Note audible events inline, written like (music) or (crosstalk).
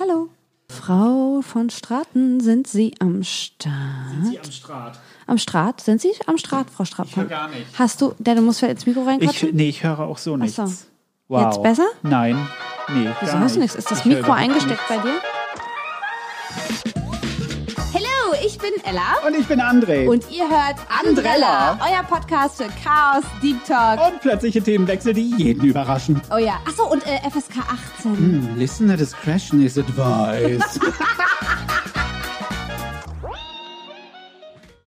Hallo. Frau von Straten, sind Sie am Start? Sind Sie am Strat? Am Start? Sind Sie am Start, Frau Ich höre Straten? gar nicht. Hast du, denn du musst ja ins Mikro Ich, reinquatschen? nee, ich höre auch so nichts. so. Wow. Jetzt besser? Nein. Nee, Wieso Wieso hast du nichts? Ist das Mikro eingesteckt bei dir? Hallo, ich bin Ella Und ich bin André. und ihr hört Andrella. Andrella, euer Podcast für Chaos, Deep Talk. Und plötzliche Themenwechsel, die jeden überraschen. Oh ja, achso, und äh, FSK (laughs) 18. Listener discretion is advised.